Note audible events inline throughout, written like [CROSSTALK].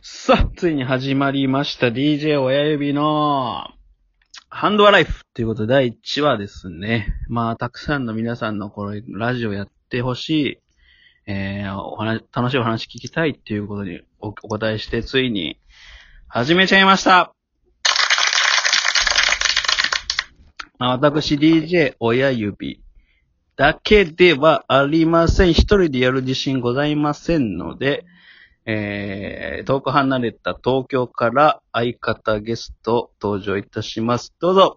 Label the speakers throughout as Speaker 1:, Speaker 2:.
Speaker 1: ついに始まりました DJ 親指のハンドアライフということで第1話ですね。まあ、たくさんの皆さんのこれ、ラジオやってほしい、えー、お話、楽しいお話聞きたいっていうことにおお答えして、ついに始めちゃいました。まあ、私 DJ 親指だけではありません。一人でやる自信ございませんので、えー、遠く離れた東京から相方ゲスト登場いたします。どうぞ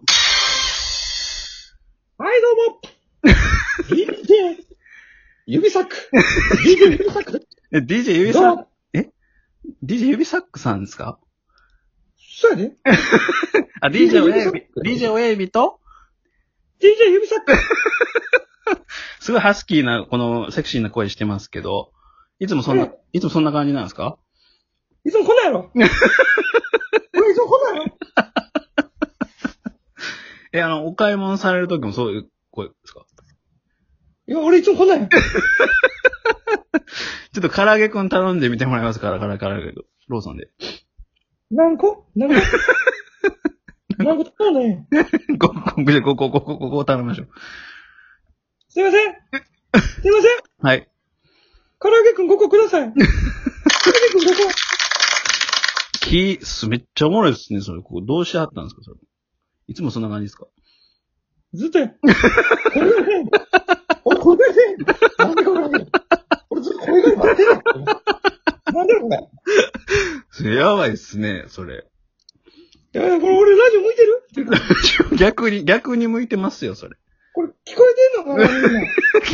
Speaker 2: はい、どうも !DJ! 指サック !DJ 指サック
Speaker 1: え !DJ 指
Speaker 2: ど
Speaker 1: サ
Speaker 2: う
Speaker 1: ッ
Speaker 2: も
Speaker 1: ク、DJ 指サックさんですか
Speaker 2: そうやね。
Speaker 1: あ、DJ 親
Speaker 2: 指サッ
Speaker 1: 指
Speaker 2: ク、
Speaker 1: DJ 親指と、
Speaker 2: DJ 指サック
Speaker 1: すごいハスキーな、このセクシーな声してますけど、いつもそんな
Speaker 2: え、
Speaker 1: いつもそんな感じなんですか
Speaker 2: いつもこんなんやろこれいつもこんなんやろ
Speaker 1: え、あの、お買い物される時もそういう声ですか
Speaker 2: いや、俺いつもこんなん
Speaker 1: ち
Speaker 2: や。
Speaker 1: ょっと唐揚げくん頼んでみてもらえますから、唐揚げ、唐揚げ、ローソンで。
Speaker 2: 何個何個何個頼んだんや
Speaker 1: ご、ご、ご、ご、ご、ご、ご、ご、ご、頼みましょう。
Speaker 2: すいませんすいません
Speaker 1: はい。
Speaker 2: 唐揚げくん5個ください唐揚げくん5個
Speaker 1: き、す、めっちゃおもろいですね、それ。こうどうしてはったんですか、それ。いつもそんな感じですか
Speaker 2: ずっとや。これがね、俺これがね、なんでこれがね、俺ずっとこれがね、待ってるなんでこれ
Speaker 1: それやばいっすね、それ。
Speaker 2: いや、これ俺ラジオ向いてるっていうか
Speaker 1: [LAUGHS] 逆に、逆に向いてますよ、それ。
Speaker 2: これ聞こえてんのかなみんな。
Speaker 1: 聞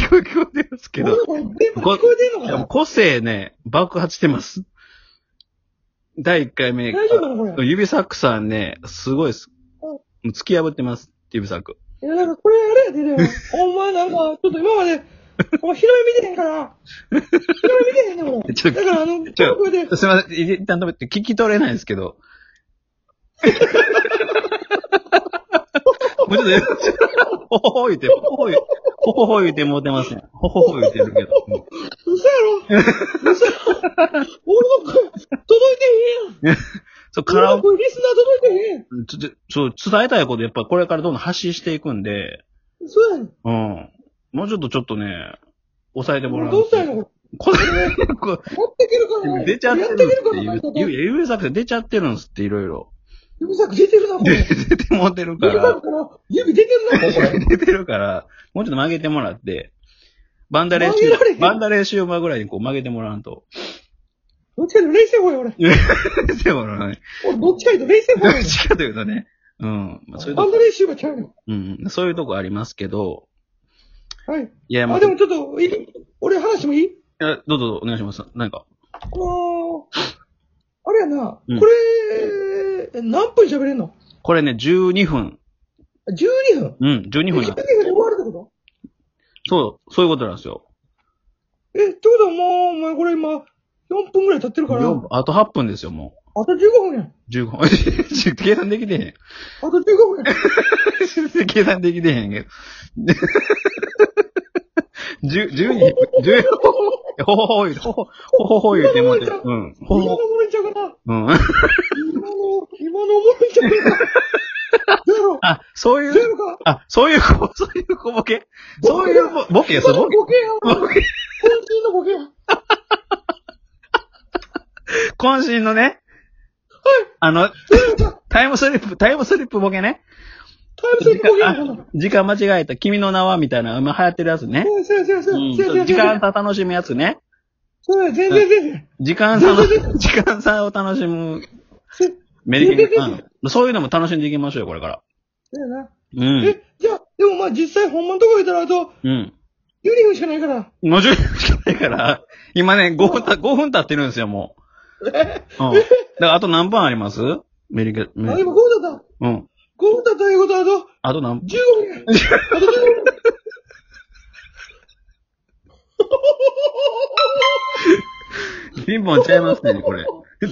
Speaker 1: こえ、聞こえてます [LAUGHS] けど。
Speaker 2: これこれ全部聞こえてんの
Speaker 1: いや
Speaker 2: か
Speaker 1: もう
Speaker 2: な
Speaker 1: 個性ね、爆発してます。第1回目。
Speaker 2: 大丈夫なのこれ。
Speaker 1: 指サックさんね、すごいっす。
Speaker 2: うん
Speaker 1: もう突き破ってます、指サック。
Speaker 2: いや、なんかこれあれやで、
Speaker 1: [LAUGHS]
Speaker 2: でも。お前なんか、ちょっと今まで、お前広い見てへんから。広い見てへんねん、これ。
Speaker 1: ちょっと
Speaker 2: だからあ
Speaker 1: [LAUGHS]
Speaker 2: の、
Speaker 1: ちょ
Speaker 2: これで、
Speaker 1: すいません、一旦止めて、聞き取れないですけ
Speaker 2: [LAUGHS]
Speaker 1: ど。もうちょっとやめましょう、ほほほ言うて、ほほほ言う、ほほほ言うてもうてません。ほほほ言うてるけど。うん
Speaker 2: 嘘やろ嘘やろ俺の声、届いてへんやん。
Speaker 1: そう、カ
Speaker 2: 俺
Speaker 1: ラオ
Speaker 2: の
Speaker 1: ケ、
Speaker 2: 声、リスナー届いてへんやん。
Speaker 1: ちょちょそう、伝えたいこと、やっぱこれからどんどん発信していくんで、
Speaker 2: そうやねん。
Speaker 1: うん。もうちょっとちょっとね、抑えてもら
Speaker 2: 俺
Speaker 1: う。
Speaker 2: どうしたらいいのこ
Speaker 1: これ、これ
Speaker 2: れ。持ってけるからな。
Speaker 1: 出ちゃって
Speaker 2: や
Speaker 1: る
Speaker 2: っ
Speaker 1: ん
Speaker 2: て
Speaker 1: で
Speaker 2: け
Speaker 1: す
Speaker 2: るからな。
Speaker 1: って。ゆゆうさくて出ちゃってるんですって、いろいろ。
Speaker 2: 指先出てるな、これ。指
Speaker 1: 出てもうてるか、
Speaker 2: 先からら、指出てるな、これ。
Speaker 1: [LAUGHS] 出てるから、もうちょっと曲げてもらって、バンダレーシ
Speaker 2: 曲げられへ
Speaker 1: ュ
Speaker 2: ん
Speaker 1: バンダレーシューバーぐらいにこう曲げてもらわんと。
Speaker 2: どっちかというと冷静方や、俺。
Speaker 1: でもね、
Speaker 2: 俺、どっちかというと冷静方
Speaker 1: ど
Speaker 2: やね
Speaker 1: っ
Speaker 2: ん。
Speaker 1: ちかというとね、うん、 [LAUGHS] まあ、そういう
Speaker 2: バ
Speaker 1: と
Speaker 2: ン
Speaker 1: こ
Speaker 2: ド、練習がちゃうよ。
Speaker 1: うん、そういうとこありますけど、
Speaker 2: はい。
Speaker 1: いや、まあ
Speaker 2: あ、でもちょっと、いい俺話もいい
Speaker 1: いやどうぞお願いします。何か。
Speaker 2: この、あれやな、
Speaker 1: うん
Speaker 2: これ、何分喋れんの
Speaker 1: これね、12分。
Speaker 2: ?12 分
Speaker 1: うん、12分
Speaker 2: ?12 分
Speaker 1: や。
Speaker 2: で終わるってこ
Speaker 1: そう、そういうことなんですよ。
Speaker 2: とえ、ってことはもう、お前これ今、4分ぐらい経ってるから、あ
Speaker 1: よ
Speaker 2: と
Speaker 1: あと8分ですよ、も
Speaker 2: 15分やん。
Speaker 1: う。15分。 [LAUGHS] 計算できてへん。
Speaker 2: あと15分やん。
Speaker 1: [LAUGHS] 計算できてへんけど。 [LAUGHS] 十、十に、十、 [LAUGHS] ほほほ言うて、ほほ、ほほほ言うてもうて、うん。 [LAUGHS] ほ
Speaker 2: 今の
Speaker 1: ほ、
Speaker 2: おもろいんちゃうかな
Speaker 1: うん。 [LAUGHS]
Speaker 2: 今の、今のおもろいんちゃうかなゼロ
Speaker 1: あ、そう
Speaker 2: ゼ
Speaker 1: いう、
Speaker 2: ロか
Speaker 1: あ、そういうこ、そういうこボケそういうボボケ、そ
Speaker 2: 今
Speaker 1: う、ボ
Speaker 2: の
Speaker 1: ケ。
Speaker 2: ボケや
Speaker 1: ボケ、
Speaker 2: 本心のボケや
Speaker 1: 渾身のね、あの、
Speaker 2: ゼロか
Speaker 1: タイムスリップ、タイムスリップボケね。
Speaker 2: タイムスリップボケやんこんな
Speaker 1: あ時間間違えた、君の名はみたいな、今流行ってるやつね。
Speaker 2: そうやそうやそうや
Speaker 1: う
Speaker 2: そうや
Speaker 1: ん。
Speaker 2: そうやそうや
Speaker 1: 時間差楽しむやつね。
Speaker 2: そうや、全然全然。
Speaker 1: 時間差の、
Speaker 2: [LAUGHS]
Speaker 1: 時間差を楽しむ
Speaker 2: せそ
Speaker 1: メリケン。うん。そういうのも楽しんでいきましょうよ、これから。
Speaker 2: うやな。
Speaker 1: う
Speaker 2: え
Speaker 1: ん。、
Speaker 2: じゃあ、でもまあ実際本番のとこ行ったらあと
Speaker 1: うん。
Speaker 2: 12分しかないから。
Speaker 1: 50分しかないから、今ね、5分た、5分経ってるんですよ、もう。うん。だから、あと何分ありますメリケン。メ
Speaker 2: あ、
Speaker 1: リケン
Speaker 2: 今5だった。
Speaker 1: うん。
Speaker 2: 5分だったということはあと
Speaker 1: あと何分
Speaker 2: 15分。あと15分。
Speaker 1: ピンポンちゃいますね、これ。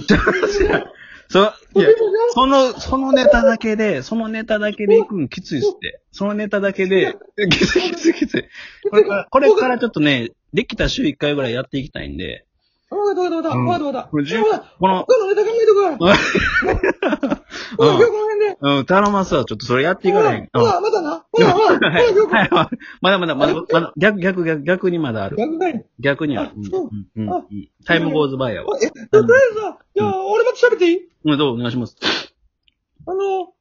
Speaker 1: ちゃいますねそう、
Speaker 2: [LAUGHS]
Speaker 1: いや、その、そのネタだけで、そのネタだけで行くんきついっすって。そのネタだけで、きついきついきつい。これから、これからちょっとね、できた週1回ぐらいやっていきたいんで、
Speaker 2: あ、わかったわかった
Speaker 1: うん
Speaker 2: わかった。わかったわかった。
Speaker 1: これ十
Speaker 2: ほら
Speaker 1: この、
Speaker 2: 今度ネタ考えとくわ。ほら、
Speaker 1: うん
Speaker 2: 今日この辺で。
Speaker 1: うん、頼ますわ。ちょっとそれやっていか
Speaker 2: ほ
Speaker 1: な
Speaker 2: ら
Speaker 1: い。、
Speaker 2: ほ
Speaker 1: うん
Speaker 2: らまたな。ほら、ほら、ほら、今日こ
Speaker 1: はいはい。まだまだ、まだ、まだ、逆、逆、逆、逆にまだある。
Speaker 2: 逆かい。
Speaker 1: 逆にある。
Speaker 2: あそう
Speaker 1: うん、うん、う
Speaker 2: あ
Speaker 1: ん。タイムゴーズバイやわ。
Speaker 2: おえ、とりあえずさ、じゃあ、俺また喋っていい
Speaker 1: うん、どうお願いします。
Speaker 2: あの、ど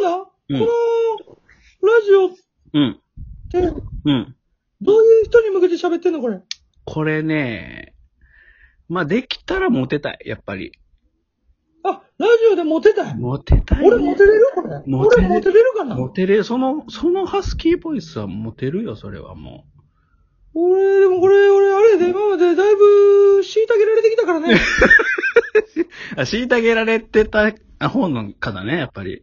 Speaker 2: うな、
Speaker 1: うん
Speaker 2: この、ラジオっ
Speaker 1: うん、
Speaker 2: て、
Speaker 1: うん。
Speaker 2: どういう人に向けて喋ってんのこれ。
Speaker 1: これね、まあ、できたらモテたい、やっぱり。
Speaker 2: あ、ラジオでモテたい。
Speaker 1: モテたいね。
Speaker 2: 俺モテれるこれ。
Speaker 1: モテれ
Speaker 2: 俺モテれるかな
Speaker 1: モテれ、その、そのハスキーボイスはモテるよ、それはも
Speaker 2: 俺、でもこれ、俺、あれやで、今までだいぶ、虐げられてきたからね。
Speaker 1: う。あ、虐げられてた方の方ね、やっぱり。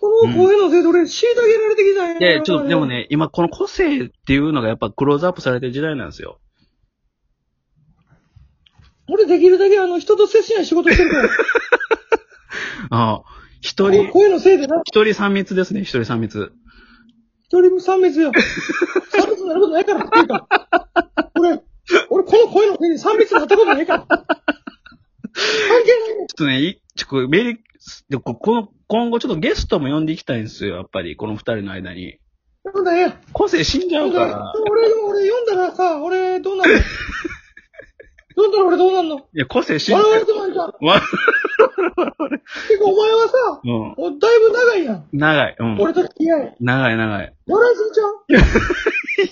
Speaker 2: この声のせいで俺、虐げられてきたんや。
Speaker 1: で、ちょっと、でも。ね、今この個性っていうのがやっぱクローズアップされてる時代なんですよ。
Speaker 2: 俺できるだけあの、人と接しない仕事して
Speaker 1: [LAUGHS]
Speaker 2: るから。
Speaker 1: ああ、一
Speaker 2: 俺
Speaker 1: 人、
Speaker 2: 声のせいでな、
Speaker 1: 一人三密ですね、一人三密。
Speaker 2: 一人も三
Speaker 1: [LAUGHS]
Speaker 2: 密よ。三密になることないから、っていうか。俺、俺この声のせいで三密になったことないから。関係ない。
Speaker 1: ちょっとね、いちょこれメリでここの、今後ちょっとゲストも呼んでいきたいんですよ、やっぱり、この二人の間に。
Speaker 2: なんだよ。
Speaker 1: 個性死んじゃうから。
Speaker 2: 俺、でも俺読んだらさ、俺どうなるの読んだら俺どうなるの
Speaker 1: いや、個性死ん
Speaker 2: 笑
Speaker 1: じ
Speaker 2: わ
Speaker 1: ゃ
Speaker 2: れ
Speaker 1: う。
Speaker 2: てもらえた。
Speaker 1: わ、
Speaker 2: てかお前はさ、
Speaker 1: うん。
Speaker 2: もうだいぶ長いやん。
Speaker 1: 長い、うん。
Speaker 2: 俺と付き合い。
Speaker 1: 長い長い。
Speaker 2: 笑いすぎち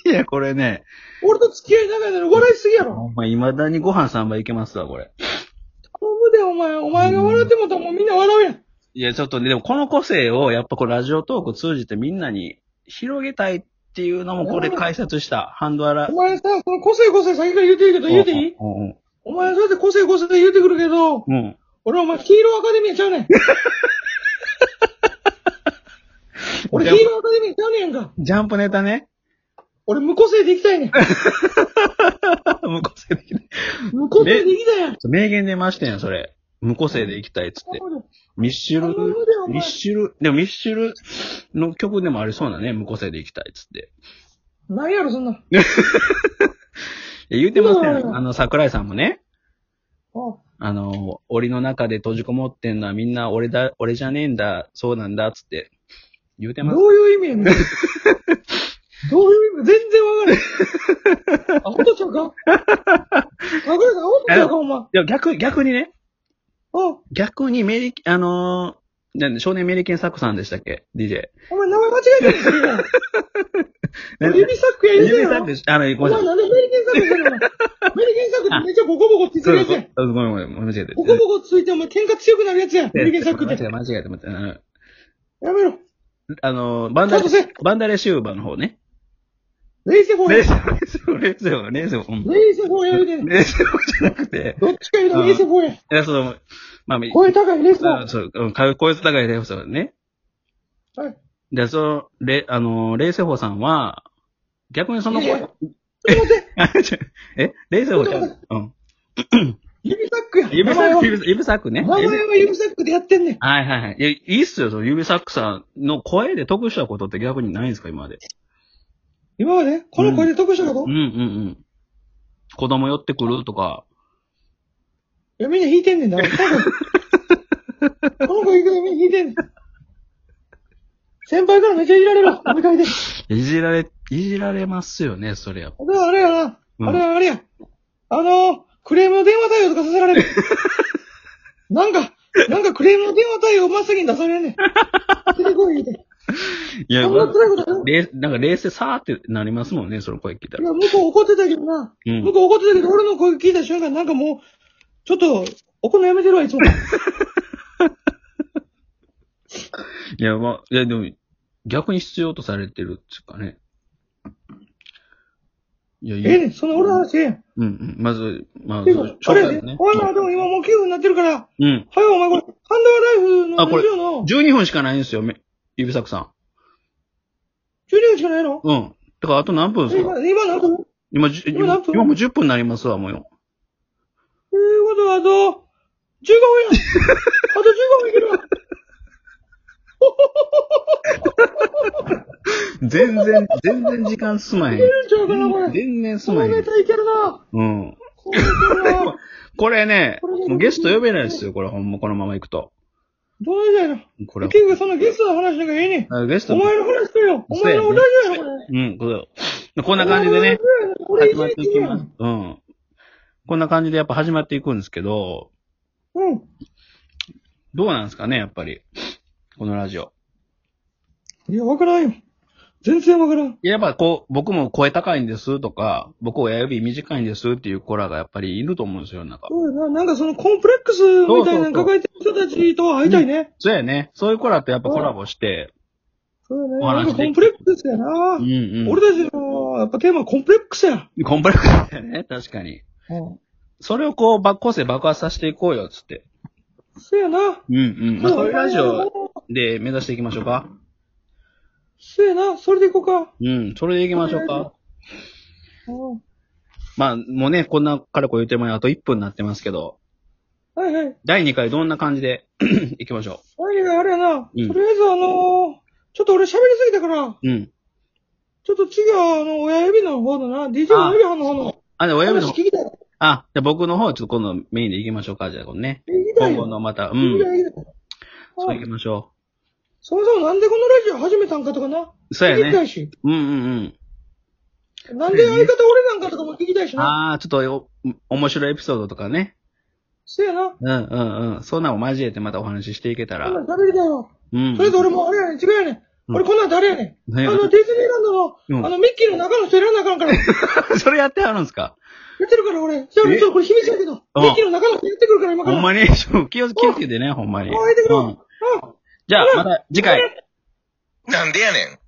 Speaker 2: ゃ
Speaker 1: い
Speaker 2: う
Speaker 1: や、これね、
Speaker 2: 俺と付き合い長いなら笑いすぎやろ。
Speaker 1: ほんま未だにご飯3杯いけますわ、これ。
Speaker 2: 頼むでお前、お前が笑ってもうたらもうみんな笑うやん。
Speaker 1: いや、ちょっとね、でもこの個性を、やっぱこう、ラジオトーク通じてみんなに広げたいっていうのも、これ解説した。ハンドアラ
Speaker 2: お。前さ、その個性個性先から言うてるけど言うていい
Speaker 1: うんうん
Speaker 2: お前そうやって個性個性言うてくるけど、
Speaker 1: うん。うん。
Speaker 2: 俺お前ヒーローアカデミーちゃうねん。俺ヒーローアカデミーちゃうねんか。
Speaker 1: ジャンプネタね。
Speaker 2: 俺無個性できたいねん。
Speaker 1: [LAUGHS] 無個性できない。
Speaker 2: 無個性できたやん。
Speaker 1: 名言出ましたやん、それ。無個性でいきたいっつって。ミッシュル
Speaker 2: 頼むでお、前
Speaker 1: ミッシュル、でもミッシュルの曲でもありそうなね、無個性でいきたいっつって。
Speaker 2: 何やろそんな。あ
Speaker 1: いや言うてませ
Speaker 2: うん
Speaker 1: ん。あの、桜井さんもね、
Speaker 2: あ
Speaker 1: あの、檻の中で閉じこもってんのはみんな俺だ、俺じゃねえんだ、そうなんだ、つって。言うてます。
Speaker 2: どういう意味やねん。どういう意味全然わからない。アホとちゃうか桜井さん、アホとちゃうか、お前。あ
Speaker 1: いや、逆、逆にね、
Speaker 2: お
Speaker 1: 逆にメリ、あのーなんで、少年メリケンサックさんでしたっけ ?DJ。
Speaker 2: 前名前間違えてるよ君。指サックや言うて
Speaker 1: 指
Speaker 2: ん
Speaker 1: サッ
Speaker 2: やろ
Speaker 1: クしあの、
Speaker 2: お
Speaker 1: ごめんな
Speaker 2: 前
Speaker 1: さい。
Speaker 2: なんでメリケンサックしてんのメリケンサックってめっちゃボコボコって言って
Speaker 1: そう
Speaker 2: る
Speaker 1: そ
Speaker 2: や
Speaker 1: う
Speaker 2: つやん。
Speaker 1: そうごめんごめん、間違えて。
Speaker 2: ボコボコついてお前喧嘩強くなるやつやん。メリケンサック
Speaker 1: 間違
Speaker 2: っ
Speaker 1: え
Speaker 2: て。
Speaker 1: て、間違えて、間違えて。あの
Speaker 2: やめろ。
Speaker 1: あの、バン
Speaker 2: ちゃ
Speaker 1: ダ
Speaker 2: ん
Speaker 1: レ
Speaker 2: と、せ。
Speaker 1: バンダレシューバーの方ね。
Speaker 2: 冷静法や
Speaker 1: レー。ス、レースよ、レースよ、うん。
Speaker 2: 冷静法や言うてん。
Speaker 1: レースよじゃなくて、
Speaker 2: どっちか言うと冷静法や。
Speaker 1: いや、その、まあ、ま
Speaker 2: 声高い冷静法。
Speaker 1: あ、そう、うん、かこいつ高いレースよね。
Speaker 2: はい。
Speaker 1: で、その、レ、あの、レイセホさんは、逆にその
Speaker 2: いやいや
Speaker 1: 声、
Speaker 2: ちょっと待って。
Speaker 1: あちょ [LAUGHS] えレイセホちゃん、うん。
Speaker 2: 指サックや。
Speaker 1: 指
Speaker 2: 名前
Speaker 1: サッ
Speaker 2: は
Speaker 1: ク、指指サックね。
Speaker 2: 名前
Speaker 1: 指
Speaker 2: は指サックでやってんねん。
Speaker 1: はいはいはい。いや、いいっすよ、その指サックさんの声で得したことって逆にないんですか、今まで。
Speaker 2: 今までこの声で得したこと、
Speaker 1: うんうんうん。子供寄ってくるとか。
Speaker 2: いや、みんな弾いてんね
Speaker 1: [LAUGHS]
Speaker 2: んだ。多分この子行くのみんな弾いてんねん。先輩からめっちゃいじられるわ。飲み会で。
Speaker 1: いじられ、いじられますよね、そりゃ。
Speaker 2: あれはあれやな。
Speaker 1: うん
Speaker 2: あれはあれや。あのー、クレームの電話対応とかさせられ
Speaker 1: [LAUGHS]
Speaker 2: る。なんか、なんかクレームの電話対応真っ先に出されんねん。出てこい言うて。
Speaker 1: [LAUGHS] いや、
Speaker 2: そん
Speaker 1: ま
Speaker 2: な
Speaker 1: あ
Speaker 2: 辛いことある
Speaker 1: れいなんか冷静さーってなりますもんね、その声聞いた
Speaker 2: い
Speaker 1: ら。
Speaker 2: や、向こう怒ってたけどな。
Speaker 1: うん
Speaker 2: 向こう怒ってたけど、俺の声聞いた瞬間、なんかもう、ちょっと、怒るのやめてるわ、いつも。
Speaker 1: いや、まあ、いや、でも、逆に必要とされてるっていうかね。いや、い
Speaker 2: ええ
Speaker 1: や、
Speaker 2: ねん、その俺の話ええやん。
Speaker 1: うんうん。まず、まあ、
Speaker 2: てか
Speaker 1: 紹
Speaker 2: あれや
Speaker 1: 介
Speaker 2: で
Speaker 1: だね。
Speaker 2: お前らでも今もう9分になってるから、
Speaker 1: うん。
Speaker 2: はい、お前これ、ハンドアライフの
Speaker 1: あこ
Speaker 2: ラ
Speaker 1: れ
Speaker 2: ジオの
Speaker 1: 12分しかないんですよ、め指作さん。
Speaker 2: 12分しかないの
Speaker 1: うん。だから、あと何分ですか
Speaker 2: 今、今何分
Speaker 1: 今、じゅ
Speaker 2: 今
Speaker 1: 今
Speaker 2: 何分
Speaker 1: 今もう10分になりますわ、もうよ。
Speaker 2: ということは、あと、15分や。あと15分いけるわ。
Speaker 1: 全然、全然時間進まへん。
Speaker 2: いけるんちゃうかな、これ。
Speaker 1: 全然進
Speaker 2: こ
Speaker 1: ま
Speaker 2: の
Speaker 1: へ
Speaker 2: ネ
Speaker 1: ん。
Speaker 2: タいけるな。
Speaker 1: うん。
Speaker 2: これは、
Speaker 1: これね、もうゲスト呼べないですよ、これほんま、このまま行くと。
Speaker 2: どうやな。
Speaker 1: これ。
Speaker 2: 結局そのゲストの話なんかええねん。
Speaker 1: あゲスト
Speaker 2: お、前の話とよ。お前のお題だよ、これ。
Speaker 1: うん、これこんな感じでね、
Speaker 2: お前
Speaker 1: 始
Speaker 2: の
Speaker 1: ま
Speaker 2: お
Speaker 1: っ
Speaker 2: 題
Speaker 1: て
Speaker 2: だ
Speaker 1: いき
Speaker 2: よ。俺一日や
Speaker 1: ます
Speaker 2: ん。。
Speaker 1: うん。こんな感じでやっぱ始まっていくんですけど、
Speaker 2: うん。
Speaker 1: どうなんですかね、やっぱり。このラジオ。
Speaker 2: いや、わからんよ。全然わからん。
Speaker 1: いややっぱこう、僕も声高いんですとか、僕親指短いんですっていう子らがやっぱりいると思うんですよ、世の中。
Speaker 2: そうやな。なんかそのコンプレックスみたいなの抱えてる人たちと会いたいね。
Speaker 1: そうやね。そういう子らとやっぱコラボして、
Speaker 2: そうやね。
Speaker 1: お話
Speaker 2: なん
Speaker 1: で
Speaker 2: かコンプレックスやな
Speaker 1: うん。うん。
Speaker 2: 俺たちの、やっぱテーマはコンプレックスや。
Speaker 1: コンプレックスだよね、確かに。
Speaker 2: うん。
Speaker 1: それをこう、ば個性爆発させていこうよ、つって。
Speaker 2: そうやな。
Speaker 1: うんうん。まあ、そういうラジオ
Speaker 2: そ
Speaker 1: で目指していきましょうか。
Speaker 2: うやな。それでいこうか。
Speaker 1: うん、それでいきましょうか。
Speaker 2: うん
Speaker 1: まあ、もうね、こんなからこう言うてもねあと1分になってますけど、
Speaker 2: はいはい。
Speaker 1: 第2回どんな感じで [CLEARS THROAT] いきましょ
Speaker 2: 何があれやな。と
Speaker 1: う
Speaker 2: り
Speaker 1: ん
Speaker 2: あえずあのー、ちょっと俺喋りすぎたから、
Speaker 1: う。うん。
Speaker 2: ちょっと次はあの、親指の方だな。DJ の親指の方の
Speaker 1: あ、じゃあ親指
Speaker 2: 話
Speaker 1: の
Speaker 2: 聞、きたい。
Speaker 1: あ、じゃあ僕の方、ちょっと今度メインでいきましょうか。じゃあ、このね。
Speaker 2: 聞きた
Speaker 1: 今
Speaker 2: い
Speaker 1: 後
Speaker 2: よ。
Speaker 1: のまた、う
Speaker 2: 聞きた
Speaker 1: ん。
Speaker 2: いよ
Speaker 1: そうう行
Speaker 2: ん
Speaker 1: きましょ
Speaker 2: そもそもなんでこのラジオ始めたんかとかな。
Speaker 1: う。そうや
Speaker 2: 聞きた
Speaker 1: ね。
Speaker 2: いし。
Speaker 1: うんうん
Speaker 2: なんで相方俺なんかとかも聞きたいし
Speaker 1: うん。
Speaker 2: な。
Speaker 1: ああ、ちょっとお、面白いエピソードとかね。
Speaker 2: そうやな。
Speaker 1: うんうんうん。そんなのを交えてまたお話ししていけた
Speaker 2: そんな
Speaker 1: ら。
Speaker 2: ん喋りたいわ。
Speaker 1: うん。
Speaker 2: それと俺もあれやねん、違うやねん。
Speaker 1: うん
Speaker 2: 俺こんなん誰やねん。
Speaker 1: ね
Speaker 2: あの、ディズニーランド
Speaker 1: うん
Speaker 2: の、あの、ミッキーの中の人やらなあかんから。や
Speaker 1: [LAUGHS] それやってはるんですか
Speaker 2: ってるから俺。じゃ
Speaker 1: え
Speaker 2: あ俺、ちょっとこれ秘密やけど、ミッキーの中の人やってくるから今か
Speaker 1: ほ
Speaker 2: ら。
Speaker 1: んまに、 [LAUGHS] ちょ気を気をつけてね、ほんまに。
Speaker 2: もうやってくれ。
Speaker 1: うんじゃあ、また次回。
Speaker 3: なんでやねん。